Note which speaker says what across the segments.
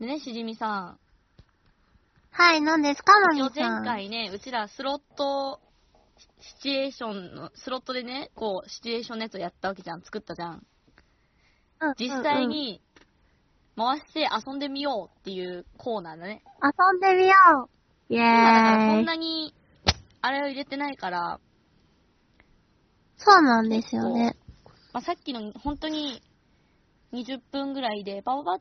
Speaker 1: でね、しじみさ
Speaker 2: はい、何ですか、マ
Speaker 1: ん。
Speaker 2: ミ
Speaker 1: 一応
Speaker 2: さ
Speaker 1: 前
Speaker 2: ん。
Speaker 1: 回ね、うちらスロット、シチュエーションの、スロットでね、こう、シチュエーションのやつをやったわけじゃん。作ったじゃん。
Speaker 2: うんうん
Speaker 1: 実際。に、回して遊んでみようっていうコーナーだね。
Speaker 2: 遊んでみよう。イェ
Speaker 1: だからそん
Speaker 2: ーイ。
Speaker 1: なに、あれを入れてないから、
Speaker 2: そうなんですよね。
Speaker 1: まあ、さっきの本当に20分ぐらいでバババッ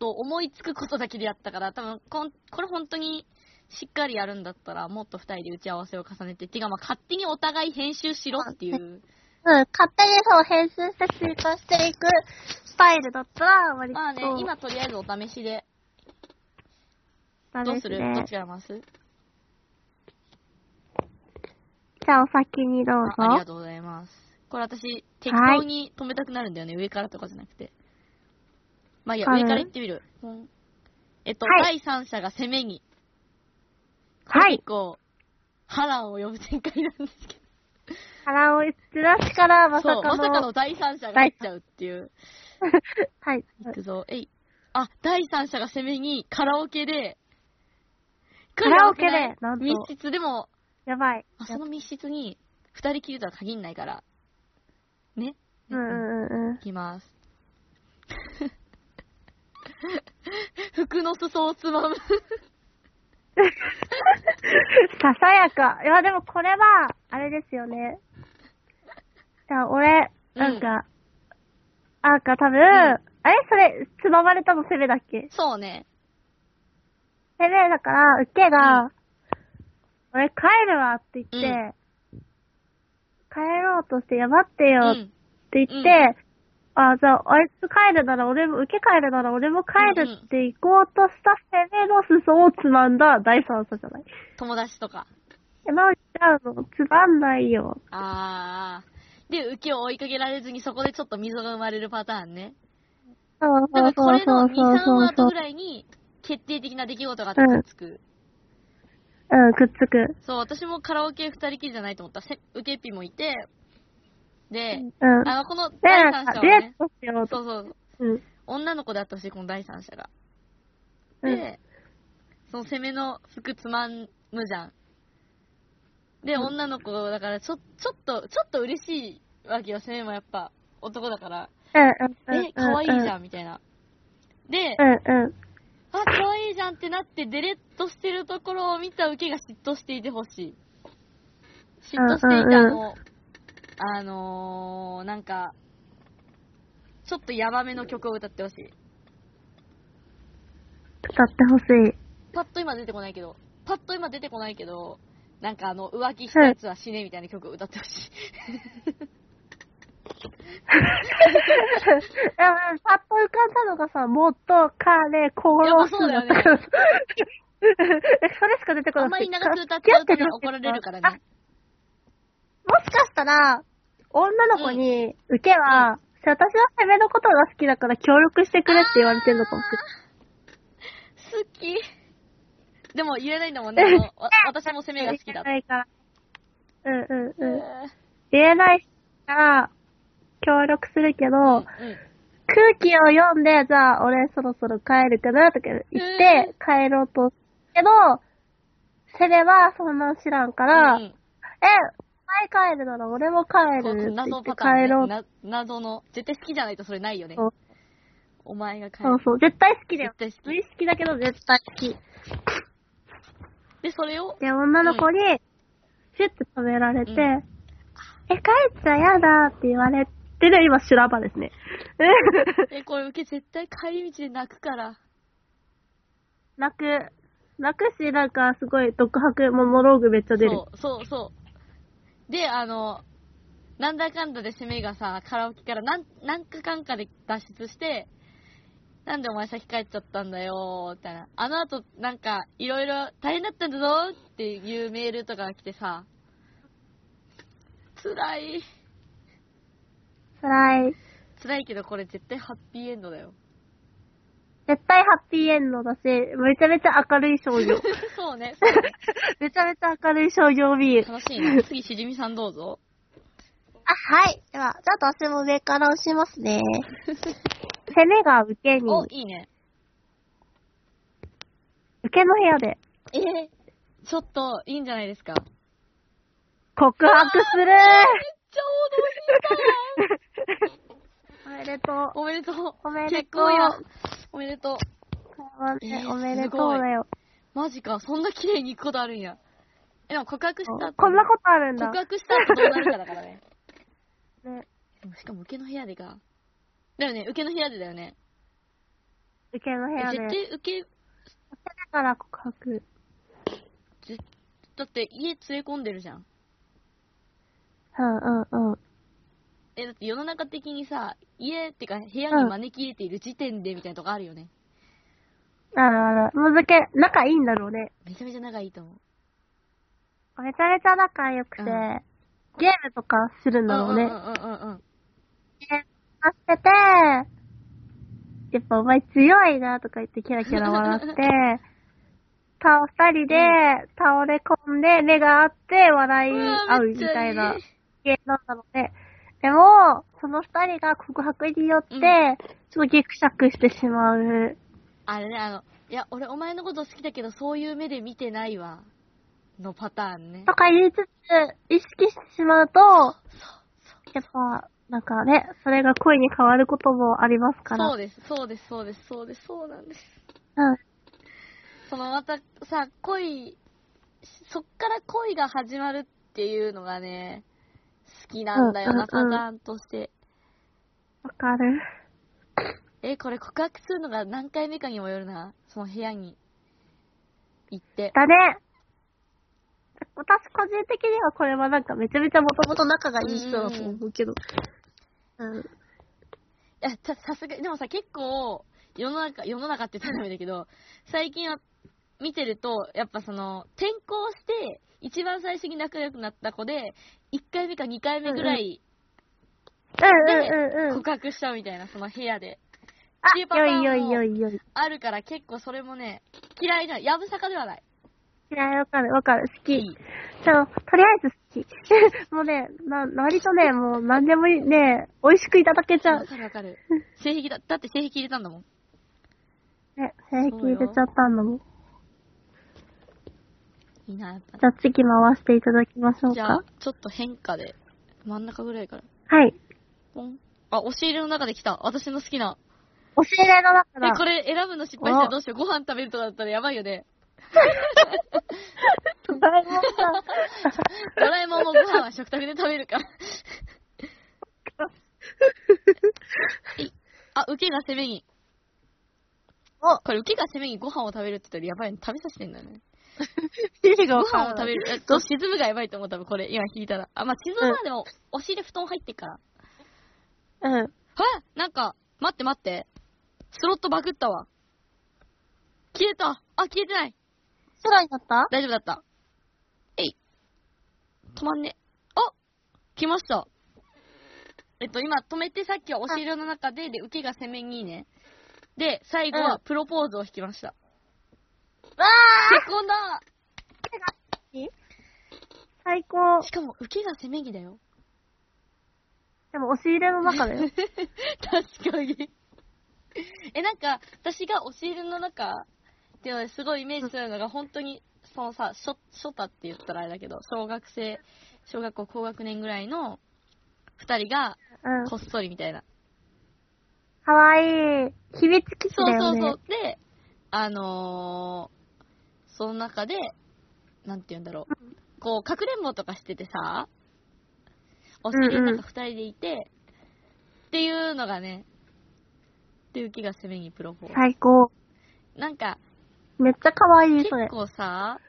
Speaker 1: と思いつくことだけでやったから多分こんこれ本当にしっかりやるんだったらもっと2人で打ち合わせを重ねてっていうかまあ勝手にお互い編集しろっていう
Speaker 2: うん、勝手にそう、編集して追加していくスタイルだったら、割と。
Speaker 1: まあね今とりあえずお試しで
Speaker 2: ダ
Speaker 1: ど
Speaker 2: メで
Speaker 1: う
Speaker 2: す
Speaker 1: するど
Speaker 2: ね
Speaker 1: っち。から回す
Speaker 2: じゃあお先にどう
Speaker 1: あありが
Speaker 2: ぞ。
Speaker 1: とうございますこれ私適当に止めたくなるんだよね上からとかじゃなくてまあいいや
Speaker 2: はい
Speaker 1: 上から行ってみる、うんえっと、
Speaker 2: は
Speaker 1: 第
Speaker 2: い
Speaker 1: 三者が攻めに
Speaker 2: はい
Speaker 1: 結。構波乱を呼ぶ展開なんですけど
Speaker 2: 腹を打ち出しから、まさ
Speaker 1: そう、
Speaker 2: か
Speaker 1: まさか
Speaker 2: の。
Speaker 1: の第三者が入っちゃうっていう。
Speaker 2: はい。
Speaker 1: いくぞ、えい。あ、第三者が攻めにカラオケで、
Speaker 2: カラオケで
Speaker 1: カラオケ
Speaker 2: なんと
Speaker 1: 密室でも、
Speaker 2: やばい。
Speaker 1: あその密室に二人きりとは限んないから。ね。
Speaker 2: うんうんうんうん
Speaker 1: い。きます。 服の裾をつま む。
Speaker 2: ささやか。いや、でもこれは、あれですよね。じゃあ、俺、なんか、あんか多分、あれそれ、つままれたの攻めだっけ
Speaker 1: そうね。
Speaker 2: 攻めだから、受けが、
Speaker 1: う
Speaker 2: 俺帰るわって言って、
Speaker 1: うん
Speaker 2: 帰ろうとして、やばって
Speaker 1: う
Speaker 2: よっ
Speaker 1: ん。
Speaker 2: て言って、あ、じゃあ、あいつ帰るなら俺も、受け帰るなら俺も帰るって行こうとした攻めの裾をつまんだ第三者じゃない。
Speaker 1: 友達とか。
Speaker 2: え、なおちゃうの、つまんないよ。
Speaker 1: あー。で、浮きを追いかけられずにそこでちょっと溝が生まれるパターンね。
Speaker 2: そう
Speaker 1: だ
Speaker 2: そ
Speaker 1: か
Speaker 2: う
Speaker 1: らこれ
Speaker 2: そ
Speaker 1: の
Speaker 2: う
Speaker 1: 2、
Speaker 2: そ
Speaker 1: 3
Speaker 2: うそ
Speaker 1: 話
Speaker 2: うそ
Speaker 1: 後
Speaker 2: う
Speaker 1: ぐ。らいに決定的な出来事がくっつく。
Speaker 2: うん、くっつく。
Speaker 1: そう、私もカラオケ2人きりじゃないと思った。せ受けっぴもいて、で、
Speaker 2: うん。
Speaker 1: あの、この
Speaker 2: で、
Speaker 1: 第三
Speaker 2: なんか、
Speaker 1: 者は
Speaker 2: デー
Speaker 1: ね、
Speaker 2: トしよ
Speaker 1: そう
Speaker 2: うと。
Speaker 1: そう、
Speaker 2: うん。
Speaker 1: 女の子であってほしい、この第三者が。
Speaker 2: うん。
Speaker 1: で、その攻めの服つまむじゃん。で、
Speaker 2: うん
Speaker 1: 女の子だから、ちょ、ちょっと、ちょっと嬉しいわけよ、攻めもやっぱ、男だから。
Speaker 2: うん。うん。
Speaker 1: え、可愛いじゃ
Speaker 2: ん。
Speaker 1: ん、みたいな。で、
Speaker 2: うん。うん。
Speaker 1: あ、可愛いじゃんってなって、デレッとしてるところを見た受けが嫉妬していてほしい。嫉妬してい
Speaker 2: うん
Speaker 1: た
Speaker 2: うんう
Speaker 1: あの、
Speaker 2: ん
Speaker 1: あのー、なんか、ちょっとヤバめの曲を歌ってほしい。
Speaker 2: 歌ってほしい。
Speaker 1: パッと今出てこないけど、パッと今出てこないけど、なんかあの、浮気したやつは死ねみたいな曲を歌ってほしい。
Speaker 2: うん、パッと浮かんだのがさ、もっと彼、殺
Speaker 1: やっぱ
Speaker 2: す
Speaker 1: そうだよね
Speaker 2: ったからさそれしか出てこ
Speaker 1: あ
Speaker 2: なん
Speaker 1: ま
Speaker 2: くて。
Speaker 1: り長く歌っちゃうとね、怒られるからね。
Speaker 2: あ。もしかしたら、女の子に、受けは、私は攻めのことが好きだから協力してくれって言われてるのかもしれない。
Speaker 1: 好き。でも言えないんだもんね。あのわ私も攻めが好きだって。
Speaker 2: 言えないから。うんうんうん。
Speaker 1: うん
Speaker 2: 言えないから、協力するけ
Speaker 1: う
Speaker 2: ど、
Speaker 1: ん
Speaker 2: 空気を読んで、じゃあ俺そろそろ帰るかなとか言って、帰ろうと。けど、セレはそんなん知らんから、
Speaker 1: うんう
Speaker 2: え
Speaker 1: ん、
Speaker 2: お前帰るなら俺も帰
Speaker 1: こ
Speaker 2: るって
Speaker 1: う
Speaker 2: 言っ
Speaker 1: 謎
Speaker 2: て
Speaker 1: パターン、ね、
Speaker 2: 帰ろう。
Speaker 1: な謎の、絶対好きじゃないとそれないよね
Speaker 2: そう。
Speaker 1: お前が帰
Speaker 2: そう
Speaker 1: る。
Speaker 2: そう、絶対好きだよ
Speaker 1: 絶。対好
Speaker 2: 無
Speaker 1: き。
Speaker 2: 意識だけど絶対好き。
Speaker 1: で、それを、
Speaker 2: で、女の子に、シュッて止められて、
Speaker 1: うん
Speaker 2: え、帰っちゃやだって言われてる、今修羅 場ですね。
Speaker 1: え、これ受け絶対帰り道で泣くから。
Speaker 2: 泣く。泣くし、なんかすごい独白、モノローグめっちゃ出る。
Speaker 1: そう、そう、そう。で、あの、なんだかんだで攻めがさ、カラオケからなん、なんかかんかで脱出して、なんでお前先帰っちゃったんだよー、みたいな。あの後、なんか、いろいろ大変だったんだぞーっていうメールとかが来てさ、辛い。
Speaker 2: 辛い。
Speaker 1: 辛いけどこれ絶対ハッピーエンドだよ。
Speaker 2: 絶対ハッピーエンドだし、めちゃめちゃ明るい少 女。
Speaker 1: そうね、そうね。
Speaker 2: めちゃめちゃ明るい少女ビール。
Speaker 1: 楽しいね。 次、しじみさんどうぞ。
Speaker 2: あ、はい。では、ちょっと私も上 から押しますね。攻めが受けに、
Speaker 1: お、いいね。
Speaker 2: けの部屋で
Speaker 1: えーちょっと、いいんじゃないですか。
Speaker 2: 告白する
Speaker 1: ちょうどいいんだ
Speaker 2: おめでとう。
Speaker 1: おめでとう。
Speaker 2: おめでとう
Speaker 1: 結婚や。おめでとう。
Speaker 2: これはね
Speaker 1: えー
Speaker 2: おめでとうだよ。
Speaker 1: マジか、そんな綺麗に行くことあるんや。え、でも告白した後
Speaker 2: こんなことあるんだ。
Speaker 1: 告白した後どうなるかだからね。
Speaker 2: ね
Speaker 1: でもしかも受けの部屋でか。だよね、受けの部屋でだよね。
Speaker 2: 受けの部屋で。
Speaker 1: 絶
Speaker 2: だ
Speaker 1: 対受け、
Speaker 2: から告白。
Speaker 1: 絶だって家連れ込んでるじゃん。
Speaker 2: うんうんうん。
Speaker 1: え、だって世の中的にさ、家ってか部屋に招き入れている時点でみたいなとこあるよね。
Speaker 2: あるある。難け、仲いいんだろうね。
Speaker 1: めちゃめちゃ仲いいと思う。
Speaker 2: めちゃめちゃ仲良くて、
Speaker 1: うん
Speaker 2: ゲームとかするんだろうね。
Speaker 1: うんうんうんうんうん。
Speaker 2: ゲームとかしてて、やっぱお前強いなとか言ってキラキラ笑って、 倒二人で倒れ込んで目が合って笑い合うみたいなゲームなんだろうね。でも、その二人が告白によって、
Speaker 1: うん
Speaker 2: ちょっとギクシャクしてしまう。
Speaker 1: あれね、あの、いや、俺お前のこと好きだけど、そういう目で見てないわ。のパターンね
Speaker 2: と。か言いつつ、意識してしまうと、やっぱ、なんかね、それが恋に変わることもありますから。
Speaker 1: そうです、そうです、そうです、そうです、そうなんです。
Speaker 2: うん。
Speaker 1: そのまたさ、恋、そっから恋が始まるっていうのがね、好きなんだよな、
Speaker 2: う
Speaker 1: パ
Speaker 2: ん
Speaker 1: タ
Speaker 2: うんうん
Speaker 1: ーンとして。
Speaker 2: わかる。
Speaker 1: え、これ告白するのが何回目かにもよるな、その部屋に行って。
Speaker 2: だね。私個人的にはこれはなんかめちゃめちゃもともと仲がいい人だと思うけど。うん。
Speaker 1: いや、ささすが、でもさ、結構、世の中、世の中って言ったらダメだけど、最近は見てると、やっぱその、転校して、一番最初に仲良くなった子で、1回目か2回目ぐらい
Speaker 2: うんうんうんうん。
Speaker 1: 告白したみたいな、その部屋で。っていうパ
Speaker 2: あ、
Speaker 1: ター
Speaker 2: よ
Speaker 1: ン
Speaker 2: い
Speaker 1: も
Speaker 2: よいよいよい。
Speaker 1: あるから結構それもね、嫌いじゃない。やぶさかではない。
Speaker 2: 嫌いわかるわかる。好
Speaker 1: い
Speaker 2: き。
Speaker 1: い
Speaker 2: そう、とりあえず好き。もう ね、な、割とね、もう何でもいいね、美味しくいただけちゃ
Speaker 1: わ
Speaker 2: う。
Speaker 1: かるわかる。性癖だ、だって性癖入れたんだもん。
Speaker 2: ね、平気入れちゃったんだもん。
Speaker 1: いいな、やっ
Speaker 2: じゃあ次回していただきましょ
Speaker 1: ぱ。
Speaker 2: う
Speaker 1: じゃあ
Speaker 2: か。、
Speaker 1: ちょっと変化で、真ん中ぐらいから。
Speaker 2: はい。
Speaker 1: ポン。あ、押し入れの中で来た。私の好きな。
Speaker 2: 教えられの中
Speaker 1: え
Speaker 2: だ、。
Speaker 1: これ選ぶの失敗したらどうしよう。ご飯食べるとかだったらやばいよね。
Speaker 2: ドラえもんだ。
Speaker 1: ドラえもんもご飯は食卓で食べる から。はいあ、受けが攻めに。
Speaker 2: お
Speaker 1: これ受けが攻めにご飯を食べるって言ったらやばいね。食べさせてんだね。
Speaker 2: ご
Speaker 1: ご飯を食べる。えっと、沈むがやばいと思った分、これ、今聞いたら。あ、まあ、沈むはでも、お尻布団入ってっから。
Speaker 2: うん。
Speaker 1: はなんか、待って待って。スロットバグったわ。消えたあ、消えてない
Speaker 2: 空になった
Speaker 1: 大丈夫だった。えい。止まんね。あ来ました。えっと、今止めてさっきはお尻の中で、で、受けが攻めにね。で、最後
Speaker 2: う
Speaker 1: は
Speaker 2: ん
Speaker 1: プロポーズを引きました。
Speaker 2: わ
Speaker 1: 結婚だ
Speaker 2: ー最高。
Speaker 1: しかも、受けが攻めにだよ。
Speaker 2: でも、押し入れの中 だよ。
Speaker 1: 確かに。え、なんか、私が押し入れの中っていうのですごいイメージするのが、本当に、そのさ、ショショタって言ったらあれだけど、小学生、小学校高学年ぐらいの二人が
Speaker 2: うん。
Speaker 1: こっそりみたいな。
Speaker 2: かわいい。秘密基地
Speaker 1: そう
Speaker 2: だ
Speaker 1: そ
Speaker 2: よ
Speaker 1: う
Speaker 2: ね。
Speaker 1: そう。で、あのーその中で、なんて言うんだろう。こう、かくれんぼとかしててさ、お尻の中二人でいて、っていうのがね、っていう気が攻めにプロポーズ。
Speaker 2: 最高。
Speaker 1: なんか、
Speaker 2: めっちゃかわいい、
Speaker 1: 結
Speaker 2: それ。
Speaker 1: 構さ、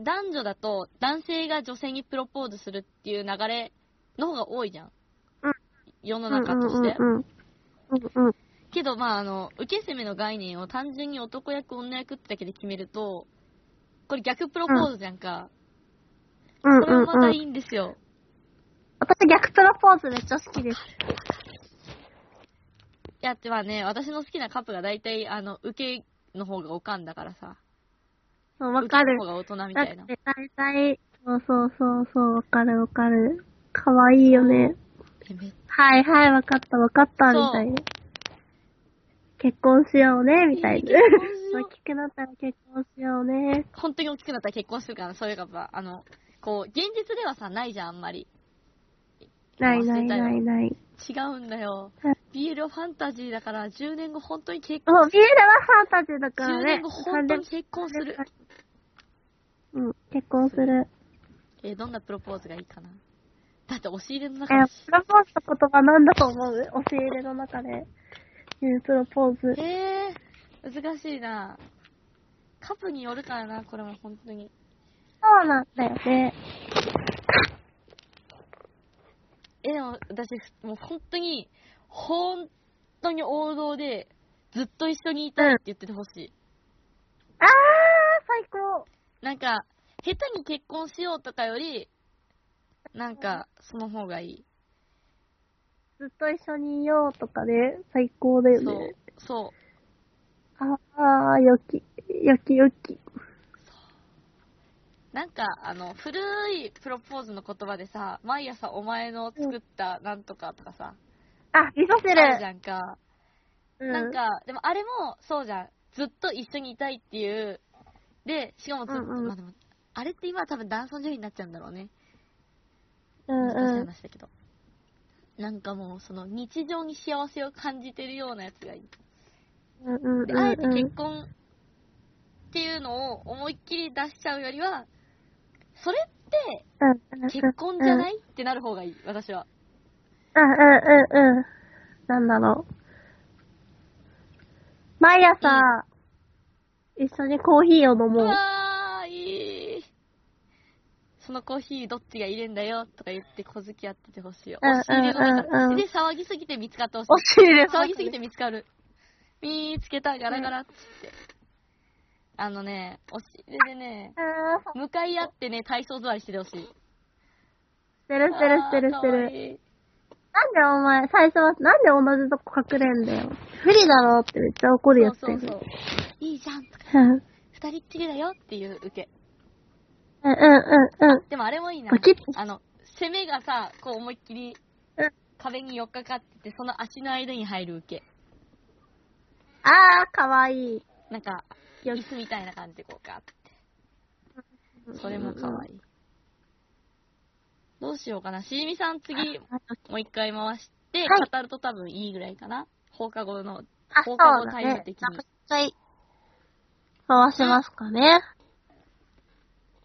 Speaker 1: 男女だと男性が女性にプロポーズするっていう流れの方が多いじゃん。
Speaker 2: うん
Speaker 1: 世
Speaker 2: う
Speaker 1: の
Speaker 2: ん
Speaker 1: 中として。
Speaker 2: うんうんうん。うん
Speaker 1: けど、まあ、あの、受け攻めの概念を単純に男役、女役ってだけで決めると、これ逆プロポーズじゃんか。
Speaker 2: うん。
Speaker 1: これも
Speaker 2: うん
Speaker 1: ま
Speaker 2: う
Speaker 1: た
Speaker 2: ん
Speaker 1: い。いんですよ。
Speaker 2: 私、逆プロポーズめっちゃ好きです。
Speaker 1: いや、ってまあね、私の好きなカップが大体、あの、受けの方がおかんだからさ。
Speaker 2: そうわかる
Speaker 1: 受け。の方が大人み
Speaker 2: だ
Speaker 1: た
Speaker 2: っ
Speaker 1: いな。
Speaker 2: て、大体、そうそうそうそう、わかるわかる。かわいいよね。
Speaker 1: えめ
Speaker 2: はいはい、わかったわかった、
Speaker 1: そう
Speaker 2: みたいな。結婚しようね、みた
Speaker 1: い
Speaker 2: い
Speaker 1: い
Speaker 2: な。
Speaker 1: ね結婚 しよう
Speaker 2: 大きくなったら結婚しようね。
Speaker 1: 本当に大きくなったら結婚するから、そういう方、あの、こう、現実ではさ、ないじゃん、あんまり。
Speaker 2: ないないないない。
Speaker 1: 違うんだよ
Speaker 2: はい。
Speaker 1: BL ファンタジーだから、10年後本当に結婚、
Speaker 2: もうビールはファンタジーだから
Speaker 1: 10
Speaker 2: ね
Speaker 1: 年後。本当に結婚する。
Speaker 2: うん、結婚する。
Speaker 1: えーどんなプロポーズがいいかな。だって、押し入れの
Speaker 2: え、
Speaker 1: 中に。
Speaker 2: プロポーズの言葉なんだと思う教え入れの中で。言うプロポーズ。
Speaker 1: えー、難しいな。カップによるからな、これも本当に。
Speaker 2: そうなんだよね。
Speaker 1: え、でも、私、もう本当に、本当に王道で、ずっと一緒にいたいって言っててほしい。
Speaker 2: あー、最高。
Speaker 1: なんか、下手に結婚しようとかより、なんか、その方がいい。
Speaker 2: ずっと一緒にいようとかね、最高だよ
Speaker 1: そ
Speaker 2: ね
Speaker 1: う。、そ
Speaker 2: あー、よき、よきよき。
Speaker 1: う。なんか、あの、古いプロポーズの言葉でさ、毎朝お前の作ったなんとかとかさ、
Speaker 2: あ、味噌
Speaker 1: あるじ
Speaker 2: 汁。
Speaker 1: ゃんか。
Speaker 2: うん
Speaker 1: なんか、でもあれも、そうじゃん。ずっと一緒にいたいっていう。で、しかもずっと、
Speaker 2: うんうん
Speaker 1: まあでも、あれって今は多分男尊女卑になっちゃうんだろうね。
Speaker 2: うん
Speaker 1: 難しい
Speaker 2: うん。
Speaker 1: 話だけど。なんかもう、その、日常に幸せを感じてるようなやつがいい。
Speaker 2: うんうんうん
Speaker 1: であえて
Speaker 2: うん
Speaker 1: 結婚っていうのを思いっきり出しちゃうよりは、それって
Speaker 2: うんうん。
Speaker 1: 結婚じゃないいってなる方がいい、私は。
Speaker 2: うんうんうんうん。なんだろう。毎朝、一緒にコーヒーを飲
Speaker 1: う
Speaker 2: もう。
Speaker 1: わー、いい。そのコーヒーどっちが入れんだよとか言って小突き合っててほしいよ。
Speaker 2: うんうん
Speaker 1: 押し入れの
Speaker 2: うんう
Speaker 1: 中
Speaker 2: ん
Speaker 1: で騒ぎすぎて見つかってほしい。
Speaker 2: 押し入れの中
Speaker 1: 騒
Speaker 2: で
Speaker 1: ぎすぎて見つかる。見つけた、ガラガラっつって。あのね、押し入れでね、
Speaker 2: あー、
Speaker 1: 向かい合ってね、体操座りしててほしい。
Speaker 2: してるしてるしてるし
Speaker 1: あー
Speaker 2: て
Speaker 1: かわ
Speaker 2: る。
Speaker 1: いい
Speaker 2: なんでお前、最初は、なんで同じとこ隠れんだよ。不利だろってめっちゃ怒るやつだ
Speaker 1: そ
Speaker 2: よ
Speaker 1: う
Speaker 2: ね。
Speaker 1: そうそう。いいじゃんとか、
Speaker 2: うんうん
Speaker 1: 二人っきりだよっていう受け。
Speaker 2: うんうんうん。
Speaker 1: でもあれもいいな
Speaker 2: パキッ。
Speaker 1: あの、攻めがさ、こう思いっきり
Speaker 2: うん
Speaker 1: 壁に寄っかかってて、その足の間に入る受け。
Speaker 2: あー、かわいい。
Speaker 1: なんか、
Speaker 2: よ
Speaker 1: 椅子みたいな感じでこうガーって。それも可愛い。どうしようかな。しじみさん次、も
Speaker 2: あ
Speaker 1: う一回回して、
Speaker 2: はい
Speaker 1: 語ると多分いいぐらいかな。放課後の、
Speaker 2: あ、そ
Speaker 1: 放
Speaker 2: う
Speaker 1: 課後
Speaker 2: だ
Speaker 1: タ
Speaker 2: ね。
Speaker 1: イ
Speaker 2: な
Speaker 1: ム
Speaker 2: んか
Speaker 1: 的
Speaker 2: 一
Speaker 1: に。
Speaker 2: 回、回しますかね。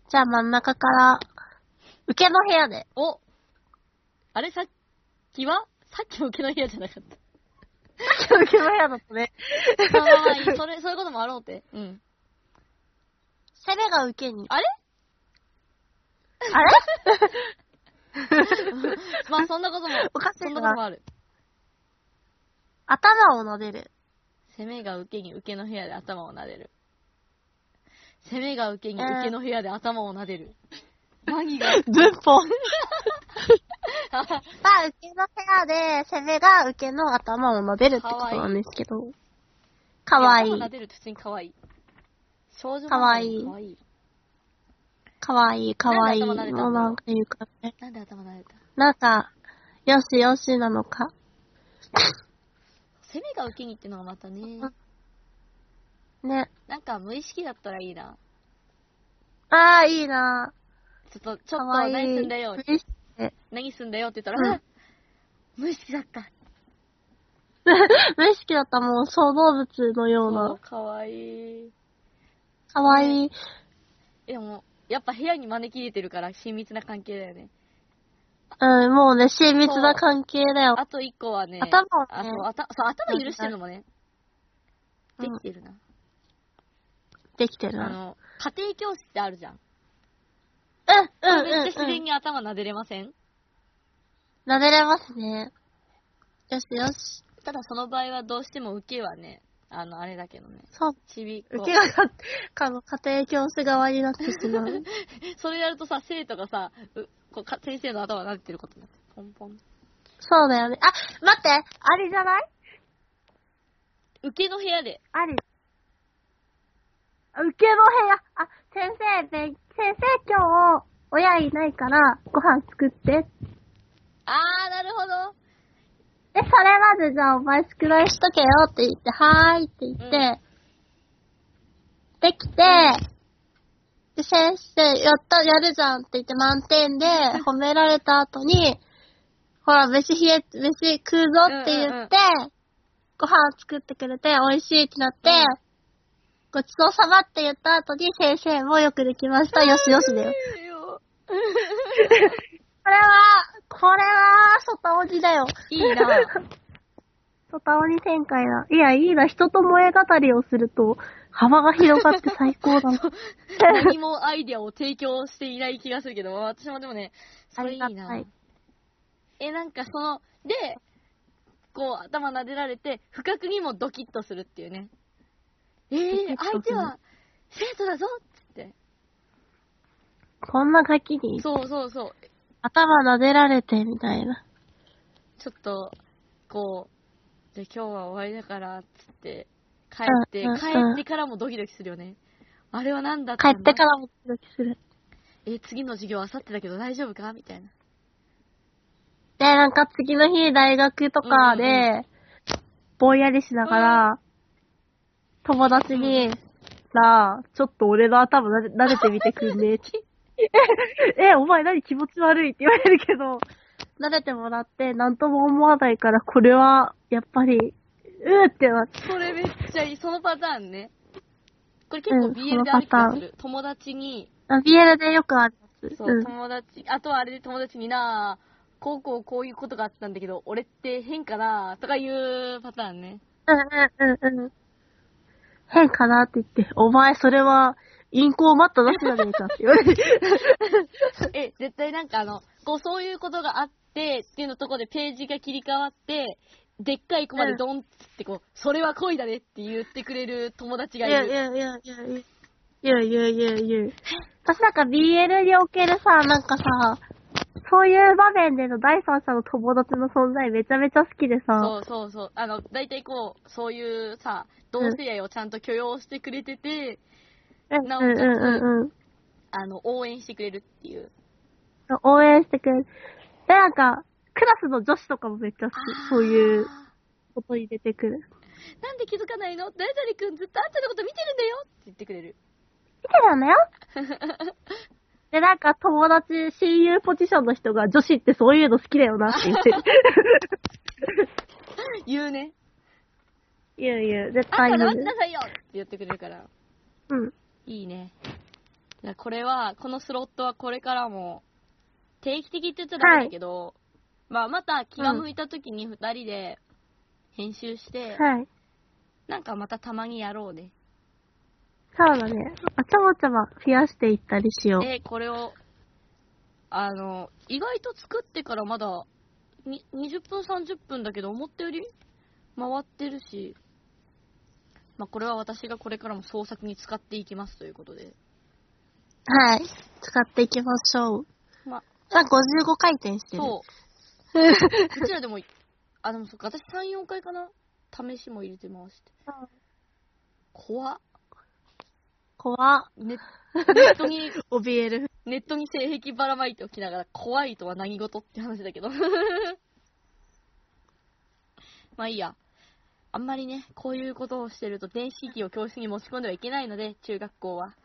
Speaker 2: じゃあ真ん中から、受けの部屋で。
Speaker 1: おあれさっきはさっきも受けの部屋じゃなかった。
Speaker 2: 受けの部屋だとね。
Speaker 1: まあまあまあいい。それ、そういうこともあろうて。うん。
Speaker 2: 攻めが受けに。
Speaker 1: あれ
Speaker 2: あれ
Speaker 1: まあそんなことも、
Speaker 2: おかしい
Speaker 1: そ
Speaker 2: なん
Speaker 1: なこともある。
Speaker 2: 頭を撫でる。
Speaker 1: 攻めが受けに受けの部屋で頭を撫でる。攻めが受けに
Speaker 2: えー
Speaker 1: 受けの部屋で頭を撫でる。何が
Speaker 2: 文法。まあ、受けの部屋で、攻めが受けの頭を撫でるってことなんですけど。かわいい
Speaker 1: 頭。撫でるって普通に可愛い。少女漫画
Speaker 2: かわいい
Speaker 1: 可愛い。
Speaker 2: かわいい、かわいい。
Speaker 1: な
Speaker 2: も
Speaker 1: ん
Speaker 2: う
Speaker 1: で頭撫でたの
Speaker 2: なんか言うかね。
Speaker 1: なんで頭撫でた
Speaker 2: なんか、よしよしなのか。
Speaker 1: 攻めが受けにってのがまたね、
Speaker 2: ね。
Speaker 1: なんか無意識だったらいいな。
Speaker 2: ああ、いいな
Speaker 1: ちょっと、ち
Speaker 2: ち
Speaker 1: ょっと何すんだよ。何すんだよって言ったら、
Speaker 2: う
Speaker 1: あ 無意識だった。
Speaker 2: 無意識だったもう小動物のよう
Speaker 1: そう
Speaker 2: な。
Speaker 1: かわいい。
Speaker 2: かわいい。
Speaker 1: でも、やっぱ部屋に招き入れてるから親密な関係だよね。
Speaker 2: うん、もうね、親密な関係だよ。
Speaker 1: あと一個はね、
Speaker 2: 頭をね
Speaker 1: あそう頭そう頭許してるのもね、
Speaker 2: う
Speaker 1: で
Speaker 2: ん
Speaker 1: きてるな。
Speaker 2: できてる
Speaker 1: あ
Speaker 2: な。
Speaker 1: の、家庭教師ってあるじゃん。
Speaker 2: うん、うん、
Speaker 1: めっちゃ
Speaker 2: う
Speaker 1: 自
Speaker 2: ん。うん
Speaker 1: 然に頭撫でれません
Speaker 2: 撫でれますね。よしよし。
Speaker 1: ただその場合はどうしても受けはね、あの、あれだけどね、
Speaker 2: そう。
Speaker 1: ちびっ
Speaker 2: 受
Speaker 1: こ
Speaker 2: け。がか、かの家庭教師側になってしま う。
Speaker 1: それやるとさ、生徒がさ、うこうか先生の頭撫でてることになって、ポンポン。
Speaker 2: そうだよね。あ、待ってありじゃない
Speaker 1: 受けの部屋で、
Speaker 2: あり。あ受けの部屋。あ、先生、で先生今日、親いないから、ご飯作って。
Speaker 1: あー、なるほど。
Speaker 2: で、最あれまずじゃあお前宿題しとけよって言って、はーいって言って、
Speaker 1: うん
Speaker 2: できて、で先生、やった、やるじゃんって言って満点で褒められた後に、ほら、飯冷え、飯食うぞって言っ
Speaker 1: う
Speaker 2: て、
Speaker 1: んうんうん
Speaker 2: ご飯作ってくれて美味しいってなって、
Speaker 1: うん
Speaker 2: ごちそうさまって言った後に先生もよくできました、よしよしだよ。
Speaker 1: いい よ。
Speaker 2: これは、これは、外鬼だよ。
Speaker 1: いいな。
Speaker 2: 外鬼展開だ。いや、いいな。人と萌え語りをすると、幅が広がって最 高だな。
Speaker 1: 何もアイディアを提供していない気がするけど、私もでもね、それいい
Speaker 2: ありが
Speaker 1: な
Speaker 2: たい。
Speaker 1: え、なんかその、で、こう頭撫でられて、不覚にもドキッとするっていうね。えー、
Speaker 2: ドキッとする
Speaker 1: 相手は生徒だぞっつって。
Speaker 2: こんなガキに、
Speaker 1: そうそうそう。
Speaker 2: 頭撫でられて、みたいな。
Speaker 1: ちょっと、こう、で今日は終わりだから、っつって、帰って、
Speaker 2: うんうん
Speaker 1: 帰
Speaker 2: うん
Speaker 1: ってからもドキドキするよね。あれは何だった
Speaker 2: 帰
Speaker 1: んだ
Speaker 2: ってからもドキドキする。
Speaker 1: え、次の授業あさってだけど大丈夫かみたいな。
Speaker 2: で、なんか次の日、大学とかで、
Speaker 1: うんう
Speaker 2: ぼんやりしながら、友達に、さあ、ちょっと俺の頭なで撫でてみてくんねって。 え、お前何気持ち悪いって言われるけど、撫でてもらって何とも思わないから、これは、やっぱり、うーってなって、
Speaker 1: それめっちゃいい。そのパターンね。これ結構
Speaker 2: うん
Speaker 1: BL である気
Speaker 2: そのパ
Speaker 1: が
Speaker 2: ターン
Speaker 1: する。友達に、
Speaker 2: あ BL でよくあるやつ。
Speaker 1: そうう、
Speaker 2: ん。
Speaker 1: 友達、あとはあれで友達になあこうこうこういうことがあったんだけど、俺って変かなあとかいうパターン ね。
Speaker 2: うんうんうんうん。変かなって言って、お前それは、陰行待ったなしじゃねえかって言われる。
Speaker 1: え、絶対なんかあの、こうそういうことがあってっていうのとこでページが切り替わって、でっかい子までドンってこう、それは恋だねって言ってくれる友達がいる。
Speaker 2: やいやいやいやいやいやいやいや私なんか BL におけるさ、なんかさ、そういう場面での第三者の友達の存在めちゃめちゃ好きで
Speaker 1: そ
Speaker 2: さ、
Speaker 1: うそうそう。あの、大体こう、そういうさ、同性愛をちゃんと許容してくれてて、
Speaker 2: うん
Speaker 1: な
Speaker 2: う
Speaker 1: お
Speaker 2: ん
Speaker 1: かつ
Speaker 2: うんうん。
Speaker 1: あの、応援してくれるっていう。
Speaker 2: 応援してくれる。で、なんか、クラスの女子とかもめっちゃ好き。そういうことに出てくる。
Speaker 1: なんで気づかないの誰々くんずっとあんたのこと見てるんだよって言ってくれる。
Speaker 2: 見てたんだよで、なんか友達、親友ポジションの人が女子ってそういうの好きだよなって言って。
Speaker 1: 言うね。
Speaker 2: 言う言う、絶
Speaker 1: あ
Speaker 2: 対
Speaker 1: んた
Speaker 2: 言
Speaker 1: 直しな
Speaker 2: う。
Speaker 1: さいよって言ってくれるから。
Speaker 2: うん。
Speaker 1: いいね。いや、これは、このスロットはこれからも、定期的って言っちゃダメだけど、まあ、また気が向いた時に二人で編集して、
Speaker 2: はい。
Speaker 1: なんかまたたまにやろうね。
Speaker 2: そうだね。あちゃまちゃま増やしていったりしよう。
Speaker 1: で、これを、あの、意外と作ってからまだ、に20分、30分だけど、思ったより回ってるし、まあ、これは私がこれからも創作に使っていきますということで。
Speaker 2: はい。使っていきましょう。
Speaker 1: まあ、
Speaker 2: さあ、55回転してる。
Speaker 1: そう。うちらでも、あ、でもそっか、私3、4回かな試しも入れて回して。
Speaker 2: うん
Speaker 1: 怖っ
Speaker 2: 怖っ。
Speaker 1: ネネットに、
Speaker 2: 怯える。
Speaker 1: ネットに性癖ばらまいておきながら、怖いとは何事って話だけど。 まあいいや。あんまりね、こういうことをしてると電子機器を教室に持ち込んではいけないので、中学校は。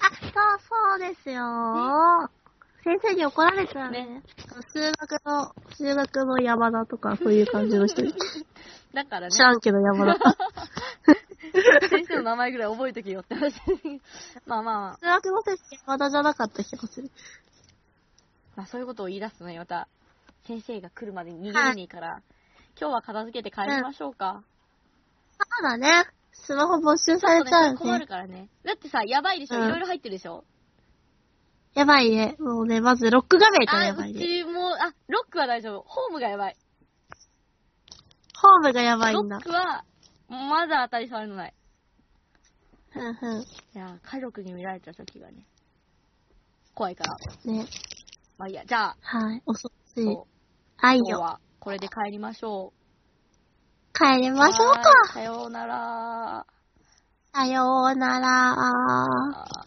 Speaker 2: あ、そうそうですよー。先生に怒られちゃうね。
Speaker 1: ね
Speaker 2: 数学の、数学の山田とか、そういう感じ の人。
Speaker 1: だからね
Speaker 2: 知、らんけど山 田。
Speaker 1: 先生の名前ぐらい覚えとけよって話。 まあまあまあ、
Speaker 2: 数学の先生山田じゃなかった気がする。
Speaker 1: まあそういうことを言い出すとね、また、先生が来るまでに逃げれねえから、今日は片付けて帰りましょうか。
Speaker 2: そうだね。スマホ没収
Speaker 1: ちょ
Speaker 2: さ
Speaker 1: っ
Speaker 2: れ
Speaker 1: と
Speaker 2: ちゃ
Speaker 1: ね
Speaker 2: う、
Speaker 1: 困
Speaker 2: よ
Speaker 1: る
Speaker 2: ね。
Speaker 1: からね。だってさ、やばいでしょ、
Speaker 2: うん
Speaker 1: いろいろ入ってるでしょ
Speaker 2: やばいね。もうね、まずロック画面から
Speaker 1: あ、
Speaker 2: やば
Speaker 1: う
Speaker 2: いね。
Speaker 1: ちも、あ、ロックは大丈夫。ホームがやばい。
Speaker 2: ホームがやばい
Speaker 1: ロ
Speaker 2: んだ
Speaker 1: ッ。クは、まだ当たり障りのない。
Speaker 2: うんう
Speaker 1: いやー、家族に見られた時がね、怖いから。
Speaker 2: ん。ね。
Speaker 1: まあいいや、じゃあ、
Speaker 2: はい。恐ろしい
Speaker 1: そ。
Speaker 2: 愛
Speaker 1: う今日
Speaker 2: よ。
Speaker 1: はこれで帰りましょ
Speaker 2: 帰り
Speaker 1: う。
Speaker 2: ましょう
Speaker 1: はーい
Speaker 2: か。
Speaker 1: さようなら。
Speaker 2: さようなら。
Speaker 1: あー